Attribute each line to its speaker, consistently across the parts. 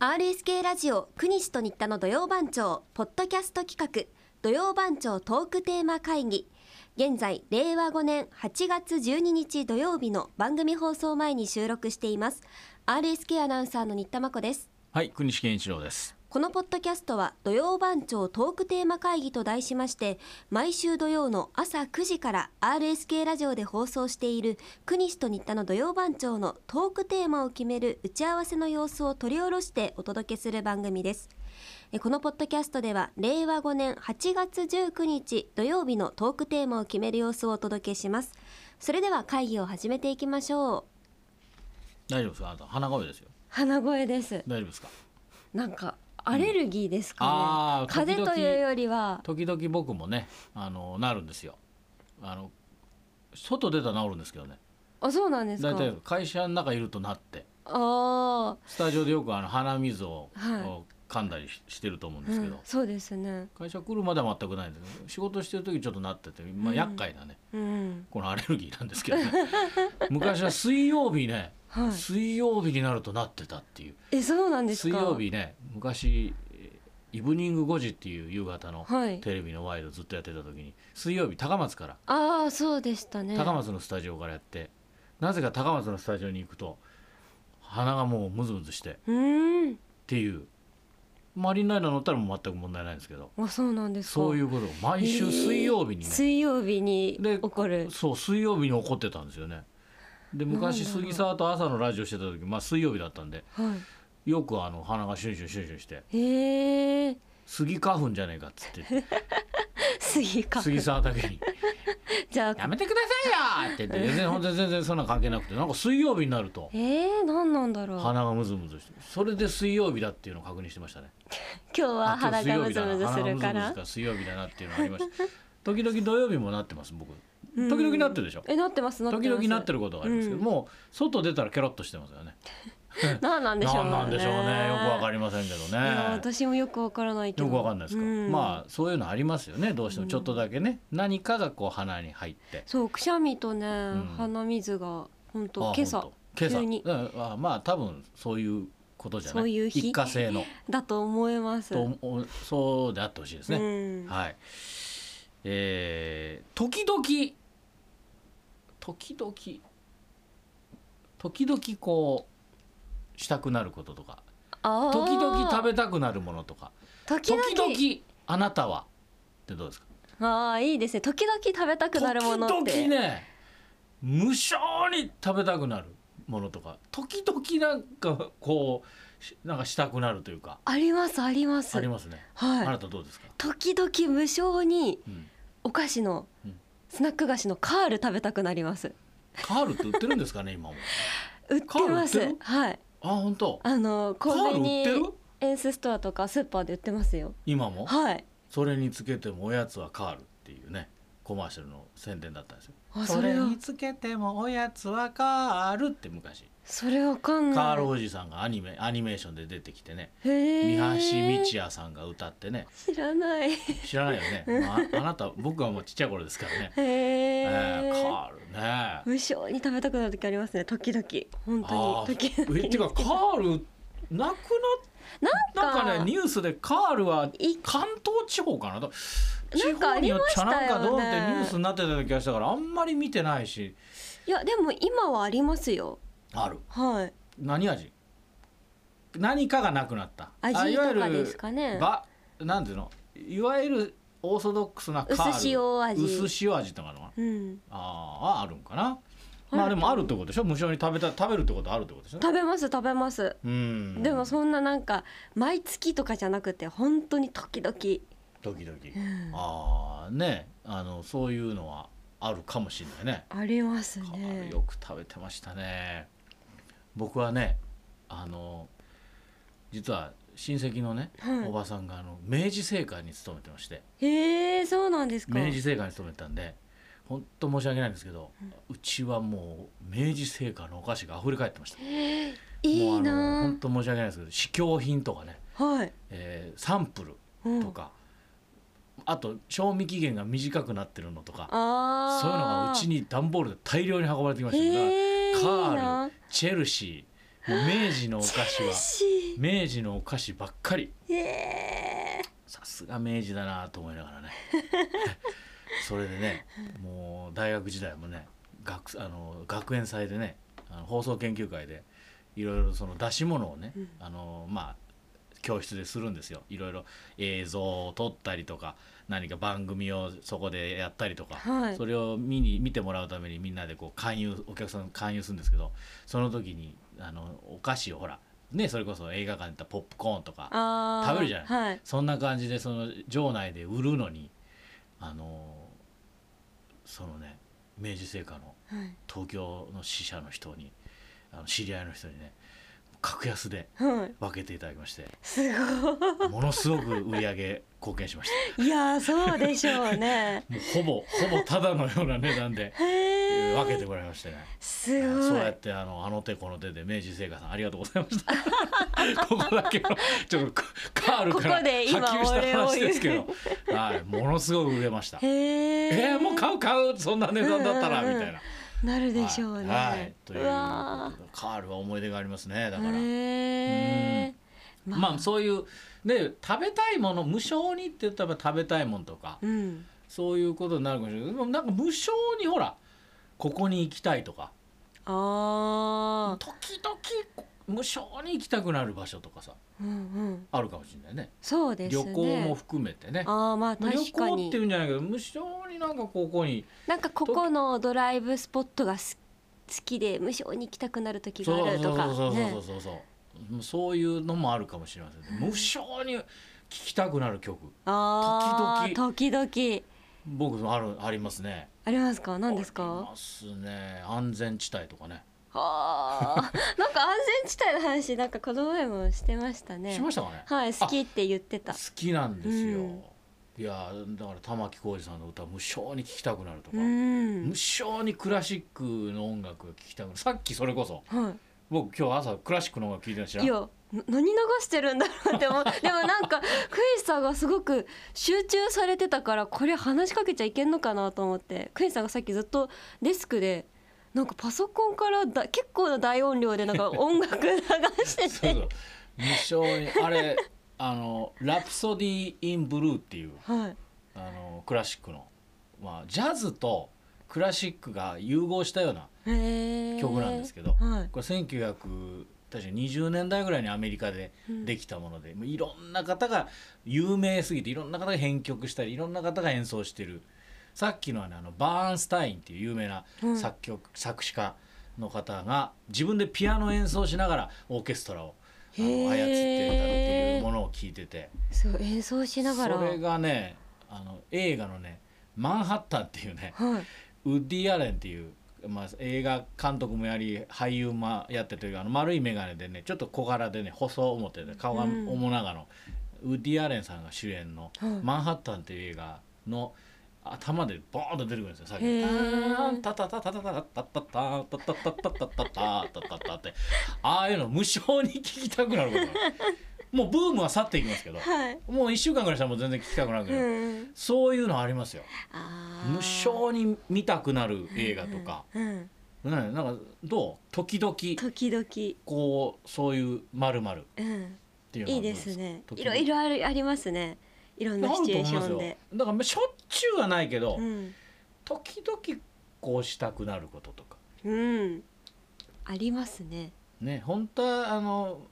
Speaker 1: RSK ラジオ国西と新田の土曜番長ポッドキャスト企画土曜番長トークテーマ会議現在令和5年8月12日土曜日の番組放送前に収録しています RSK アナウンサーの新田真子です
Speaker 2: はい、国西健一郎です。
Speaker 1: このポッドキャストは土曜番長トークテーマ会議と題しまして毎週土曜の朝9時から RSK ラジオで放送している国西と新田の土曜番長のトークテーマを決める打ち合わせの様子を取り下ろしてお届けする番組ですえこのポッドキャストでは令和5年8月19日土曜日のトークテーマを決める様子をお届けしますそれでは会議を始めていきましょう
Speaker 2: 大丈夫ですか、あなた、鼻声ですよ。
Speaker 1: 鼻声です
Speaker 2: 大丈夫ですか。
Speaker 1: なんかアレルギーですかね、
Speaker 2: うんあー
Speaker 1: 風邪というよりは
Speaker 2: 時々僕もね、あの、なるんですよ。あの。外出たら治るんですけどね。
Speaker 1: あそうなんですか
Speaker 2: 大体会社の中いるとなって。
Speaker 1: あ
Speaker 2: スタジオでよくあの鼻水を、
Speaker 1: はい
Speaker 2: こう噛んだりししてると思うん
Speaker 1: あ、う
Speaker 2: ですけど。
Speaker 1: ん、そうですね
Speaker 2: 会社来るまでは全くないんですけど仕事してる時ちょっとなってて、まあ、
Speaker 1: うん
Speaker 2: 厄介なね、
Speaker 1: うん
Speaker 2: このアレルギーなんですけどね昔は水曜日ね、
Speaker 1: はい
Speaker 2: 水曜日になるとなってたっていう
Speaker 1: えそうなんです
Speaker 2: 水
Speaker 1: か
Speaker 2: 曜日ね昔えーイブニング5時っていう夕方の
Speaker 1: はい
Speaker 2: テレビのワイドずっとやってた時に水曜日高松から
Speaker 1: ああそうでしたね
Speaker 2: 高松のスタジオからやってなぜか高松のスタジオに行くと鼻がもうムズムズしてっ
Speaker 1: うーん
Speaker 2: ていうマリンライナー乗ったらもう全く問題ないんですけど
Speaker 1: あそうなんですか
Speaker 2: そういううことを毎週水曜日にね
Speaker 1: 水曜日に
Speaker 2: で
Speaker 1: 起こる
Speaker 2: そう水曜日に起こってたんですよねで昔
Speaker 1: なんだろう
Speaker 2: 杉沢と朝のラジオしてた時まあ水曜日だったんで
Speaker 1: は
Speaker 2: よくあの鼻がシュンシュンシュンシュンして
Speaker 1: いへえー、
Speaker 2: 杉花粉じゃねえかっつって言って
Speaker 1: 杉か
Speaker 2: 杉沢だけに
Speaker 1: じゃ
Speaker 2: 「や
Speaker 1: あ
Speaker 2: めてくださいよ!」って言って全然ほんと全然そんな関係なくてなんか水曜日になると
Speaker 1: えー、何なんだろう
Speaker 2: 鼻がムズムズしてそれで水曜日だっていうのを確認してましたね
Speaker 1: 今日は鼻がムズムズするか
Speaker 2: 鼻
Speaker 1: ら
Speaker 2: がムズムズするから水曜日だなっていうのがありました時々土曜日もなってます僕時々なってるでしょ
Speaker 1: えなってますなってます
Speaker 2: 時々なってることがありますけど、
Speaker 1: うん
Speaker 2: もう外出たらケロッとしてますよね
Speaker 1: 何なんでしょう
Speaker 2: 何
Speaker 1: ね
Speaker 2: なんでしょうねよくわかりませんけど
Speaker 1: いや
Speaker 2: ね
Speaker 1: 私もよくわからないけど
Speaker 2: よくわかんないですか、
Speaker 1: うん
Speaker 2: まあそういうのありますよねどうしてもちょっとだけね、何かがこう鼻に入って
Speaker 1: そうくしゃみとね、
Speaker 2: ん
Speaker 1: 鼻水が本当
Speaker 2: あ
Speaker 1: 今朝
Speaker 2: ほんと今朝
Speaker 1: 急に
Speaker 2: うんあまあ多分そういうことじゃない
Speaker 1: そういう日
Speaker 2: 一過性の
Speaker 1: だと思います。
Speaker 2: と思うそうであってほしいですね、
Speaker 1: うん、
Speaker 2: はいえー、時々時々時々こうしたくなることとか
Speaker 1: あー
Speaker 2: 時々食べたくなるものとか
Speaker 1: 時々
Speaker 2: 時々あなたはってどうですか
Speaker 1: ああいいですね時々食べたくなるものって
Speaker 2: 時々ね無性に食べたくなるものとか時々なんかこうしなんかしたくなるというか
Speaker 1: ありますあります
Speaker 2: ありますね、あ
Speaker 1: は
Speaker 2: ないたどうですか、
Speaker 1: 時々無性に
Speaker 2: うん、
Speaker 1: お菓子の、
Speaker 2: うん
Speaker 1: スナック菓子のカール食べたくなります
Speaker 2: カールって売ってるんですかね 今も
Speaker 1: 売ってま
Speaker 2: カール売
Speaker 1: す
Speaker 2: って
Speaker 1: はい
Speaker 2: あ本当
Speaker 1: あの
Speaker 2: カー
Speaker 1: コ
Speaker 2: ル
Speaker 1: ンビ
Speaker 2: 売ってる
Speaker 1: ニエンスストアとかスーパーで売ってますよ
Speaker 2: 今も
Speaker 1: はい
Speaker 2: それにつけてもおやつはカールっていうねコマーシャルの宣伝だったんですよ
Speaker 1: あ
Speaker 2: そ
Speaker 1: それ
Speaker 2: れ
Speaker 1: は
Speaker 2: につけてもおやつはカールって昔
Speaker 1: それわかんない
Speaker 2: カールおじさんがアニメアニメーションで出てきてね
Speaker 1: へ
Speaker 2: 三
Speaker 1: え
Speaker 2: 橋道也さんが歌ってね
Speaker 1: 知らないへ
Speaker 2: 知らないよね、まあ、あなた僕はもうちっちゃい頃ですからね、え
Speaker 1: え
Speaker 2: ー、カールね
Speaker 1: 無性に食べたくなる時ありますね時々本
Speaker 2: あ
Speaker 1: 当に
Speaker 2: ー
Speaker 1: 時々
Speaker 2: えてかカール
Speaker 1: な
Speaker 2: なく
Speaker 1: ん
Speaker 2: なっ
Speaker 1: か
Speaker 2: たねニュースでカールはい関東地方かなと地
Speaker 1: なんかあ
Speaker 2: 方に
Speaker 1: り
Speaker 2: よっ
Speaker 1: まし
Speaker 2: ち
Speaker 1: た
Speaker 2: ゃ
Speaker 1: よね
Speaker 2: なんかどうってニュースになってた時はしたからあんまり見てないし
Speaker 1: いやでも今はありますよ
Speaker 2: ある
Speaker 1: はい
Speaker 2: 何味何かがなくなったあ
Speaker 1: 味
Speaker 2: いわゆ
Speaker 1: と
Speaker 2: る
Speaker 1: かですかね
Speaker 2: ばなんていうのいわゆるオーソドックスなカール
Speaker 1: 薄塩味
Speaker 2: 薄塩味とかのかな
Speaker 1: うん
Speaker 2: あーあるんかなまあでもあるってことでしょ無性に食べた食べるってことあるってことでしょ
Speaker 1: 食べます食べます
Speaker 2: うん
Speaker 1: でもそんななんか毎月とかじゃなくて本当に時々
Speaker 2: 時々ああねあのそういうのはあるかもしれないね
Speaker 1: あります
Speaker 2: カール
Speaker 1: ね
Speaker 2: よく食べてましたね僕はねあの実は親戚のね、
Speaker 1: はい
Speaker 2: おばさんがあの明治製菓に勤めてまして
Speaker 1: へえそうなんですか
Speaker 2: 明治製菓に勤めてたんで本当申し訳ないんですけど、うちはもう明治製菓のお菓子が溢れ返ってました
Speaker 1: い
Speaker 2: もう
Speaker 1: い
Speaker 2: あの
Speaker 1: な
Speaker 2: 本当申し訳ないですけど試供品とかね、
Speaker 1: はい
Speaker 2: えーサンプル
Speaker 1: うん
Speaker 2: とか、あと賞味期限が短くなってるのとか
Speaker 1: ああ
Speaker 2: そういうのがうちに段ボールで大量に運ばれてきましたから
Speaker 1: へえいい
Speaker 2: カール
Speaker 1: な
Speaker 2: チェルシーもう明治のお菓 子は
Speaker 1: し
Speaker 2: 明治のお菓子ばっかり
Speaker 1: いえ
Speaker 2: さすが明治だなと思いな がらねそれでねもう大学時代もね学あの学園祭でねあの放送研究会でいろいろその出し物をね、
Speaker 1: うん
Speaker 2: あのまあ教室でするんですよいろいろ映像を撮ったりとか何か番組をそこでやったりとか、
Speaker 1: はい
Speaker 2: それを見に見てもらうためにみんなでこう勧誘お客さん勧誘するんですけどその時にあのお菓子をほらねそれこそ映画館で行ったらポップコーンとか
Speaker 1: あー
Speaker 2: 食べるじゃない
Speaker 1: はい
Speaker 2: そんな感じでその場内で売るのにあのそのね明治製菓の
Speaker 1: はい
Speaker 2: 東京の支社の人にあの知り合いの人にね格安で
Speaker 1: はい
Speaker 2: 分けていただきまして
Speaker 1: すご
Speaker 2: ものすごく売り上げ貢献しまし
Speaker 1: いいやーそうでしょうね
Speaker 2: た もうほぼほぼただのような値段で
Speaker 1: へえ
Speaker 2: 分けてもらいましてね
Speaker 1: すごい
Speaker 2: そうやってあのあの手この手で明治製菓さんありがとうございました ここだけのちょっとカールから
Speaker 1: ここで今
Speaker 2: 波及した話
Speaker 1: 俺を言う
Speaker 2: ですけどはいものすごく売れました
Speaker 1: へえ
Speaker 2: えー、もう買う買うそんな値段だったら
Speaker 1: うんうんうん
Speaker 2: みたいな。
Speaker 1: なるでしょうね、
Speaker 2: はいはい、ということで
Speaker 1: わ
Speaker 2: カールは思い出がありますねだ
Speaker 1: ー
Speaker 2: から。
Speaker 1: へえまあ、
Speaker 2: まあそういうで食べたいもの無償にって言ったら食べたいものとか
Speaker 1: うん
Speaker 2: そういうことになるかもしれないでもなんか無償にほらここに行きたいとか
Speaker 1: ああ
Speaker 2: 時々無償に行きたくなる場所とかさ
Speaker 1: うんうん
Speaker 2: あるかもしれないね
Speaker 1: そうですね
Speaker 2: 旅行も含めてね。
Speaker 1: ああまあ
Speaker 2: まあ旅
Speaker 1: 確か
Speaker 2: 行っ
Speaker 1: に
Speaker 2: ていうんじゃないけど無償になんかここに
Speaker 1: なんかここのドライブスポットがす好きで無償に行きたくなる時があるとか
Speaker 2: そうそうそ
Speaker 1: ね
Speaker 2: うそうそうそう、そういうのもあるかもしれませんね、無償に聴きたくなる曲
Speaker 1: ああ
Speaker 2: 時
Speaker 1: 時々
Speaker 2: 僕あるありますね
Speaker 1: ありますか何です
Speaker 2: あり
Speaker 1: か
Speaker 2: ますね安全地帯とかね
Speaker 1: あ ーなんか安全地帯の話なんかこの前もしてましたね
Speaker 2: しましたかね
Speaker 1: はい好きって言ってた
Speaker 2: 好きなんですよ、
Speaker 1: うん
Speaker 2: いやだから玉置浩二さんの歌無償に聴きたくなるとか、
Speaker 1: う
Speaker 2: 無
Speaker 1: ん
Speaker 2: 償にクラシックの音楽が聴きたくなるさっきそれこそ
Speaker 1: はい
Speaker 2: 僕今日朝クラシックの音楽聴いてました
Speaker 1: いやな何流してるんだろうって思う でもなんかクイさんがすごく集中されてたからこれ話しかけちゃいけんのかなと思ってクイさんがさっきずっとデスクでなんかパソコンからだ結構な大音量でなんか音楽流して
Speaker 2: そうそ
Speaker 1: て
Speaker 2: う無償にあれあの「ラプソディ・イン・ブルー」っていう
Speaker 1: はい
Speaker 2: あのクラシックの、まあ、ジャズとクラシックが融合したような
Speaker 1: へー
Speaker 2: 曲なんですけど、
Speaker 1: はい
Speaker 2: これ1920年代ぐらいにアメリカで
Speaker 1: うん
Speaker 2: できたもので、もういろんな方が有名すぎていろんな方が編曲したりいろんな方が演奏してるさっきのはねあのバーンスタインっていう有名な
Speaker 1: うん
Speaker 2: 作曲、作詞家の方が自分でピアノ演奏しながらオーケストラをあの
Speaker 1: へー
Speaker 2: 操って歌うっていうものを聞いてて
Speaker 1: そう演奏しながら
Speaker 2: それがねあの映画のね「マンハッタン」っていうね
Speaker 1: はい
Speaker 2: ウッディ・アレンっていう、まあ、映画監督もやり俳優もやってというあの丸い眼鏡でねちょっと小柄でね細表で顔が
Speaker 1: うん
Speaker 2: 面長の、ウッディ・アレンさんが主演の
Speaker 1: はい
Speaker 2: 「マンハッタン」っていう映画の頭でボーンと出てくるんですよさっき
Speaker 1: へー
Speaker 2: タタタタタタタタタタタタタタタタタタタってああいうの無償に聞きたくなることがあるもうブームは去っていきますけど
Speaker 1: はい
Speaker 2: もう1週間ぐらいしたらもう全然聞きたくなるけど、
Speaker 1: うん
Speaker 2: そういうのありますよ
Speaker 1: あー
Speaker 2: 無償に見たくなる映画とか、
Speaker 1: うん
Speaker 2: ねなんかどう時々
Speaker 1: 時々
Speaker 2: こうそういうまるまるっ
Speaker 1: うん
Speaker 2: ていうの
Speaker 1: い
Speaker 2: はいどう
Speaker 1: ですね
Speaker 2: 時
Speaker 1: い
Speaker 2: 々
Speaker 1: ろいろあるありますねいろん
Speaker 2: あ
Speaker 1: なシ
Speaker 2: る
Speaker 1: チ
Speaker 2: と
Speaker 1: ュエー
Speaker 2: 思い
Speaker 1: シ
Speaker 2: ます
Speaker 1: ョン
Speaker 2: よ
Speaker 1: で。
Speaker 2: だからしょっちゅうはないけど、
Speaker 1: うん、
Speaker 2: 時々こうしたくなることとか
Speaker 1: うん、ありますね。
Speaker 2: ね本当はあの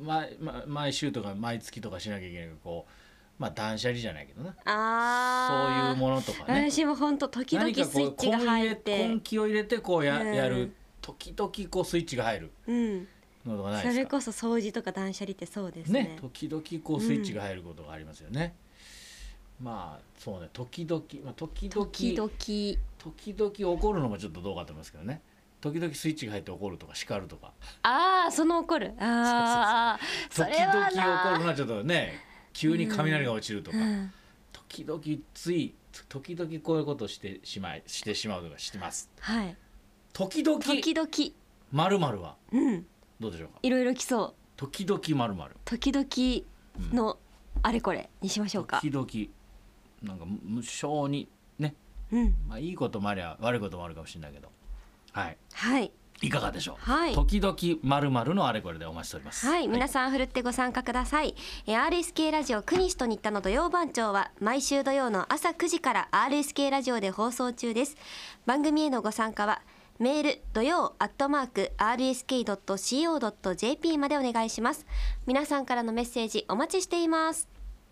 Speaker 2: 毎毎毎週とか毎月とかしなきゃいけないけどこうまあ断捨離じゃないけどなそう
Speaker 1: ああ、
Speaker 2: いうものとかね
Speaker 1: 私も本当時々スイ
Speaker 2: 何かこ
Speaker 1: ッ
Speaker 2: う
Speaker 1: チが入っ
Speaker 2: 根気
Speaker 1: て、
Speaker 2: を入れてこうや,、
Speaker 1: うん
Speaker 2: やる時々こうスイッチが入る
Speaker 1: うん、
Speaker 2: のとかない
Speaker 1: そ
Speaker 2: ですか
Speaker 1: れこそ掃除とか断捨離ってそうです
Speaker 2: ね
Speaker 1: ね。
Speaker 2: 時々こうスイッチが入ることがありますよね。まあそうね時々、まあ、時々
Speaker 1: 時々、
Speaker 2: 時々怒るのもちょっとどうかと思いますけどね時々スイッチが入って怒るとか叱るとか
Speaker 1: ああ、その怒る、ああ、そ
Speaker 2: 時
Speaker 1: れは
Speaker 2: 々怒る
Speaker 1: な
Speaker 2: のはちょっとね急に雷が落ちるとか、
Speaker 1: うん
Speaker 2: 時々つい時々こういうことをしてしまいしてしまうとかしてます。
Speaker 1: はい、
Speaker 2: 時々
Speaker 1: 時々、
Speaker 2: まるまるは
Speaker 1: うん、
Speaker 2: どうでしょうか。
Speaker 1: いろいろ来そう、
Speaker 2: 時々まるまる
Speaker 1: 時々のあれこれにしましょうか。
Speaker 2: 時々なんか無償にね
Speaker 1: うん、
Speaker 2: まあいいこともありゃ悪いこともあるかもしれないけどはい
Speaker 1: はい、
Speaker 2: いかがでしょう、
Speaker 1: はい
Speaker 2: 時々まるまるのあれこれでお待ちしております
Speaker 1: はい、皆さんふるってご参加ください。えー RSK ラジオ国西と新田の土曜番長は毎週土曜の朝9時から RSK ラジオで放送中です。番組へのご参加はメール土曜アットマーク RSK.CO.JP までお願いします。皆さんからのメッセージお待ちしています。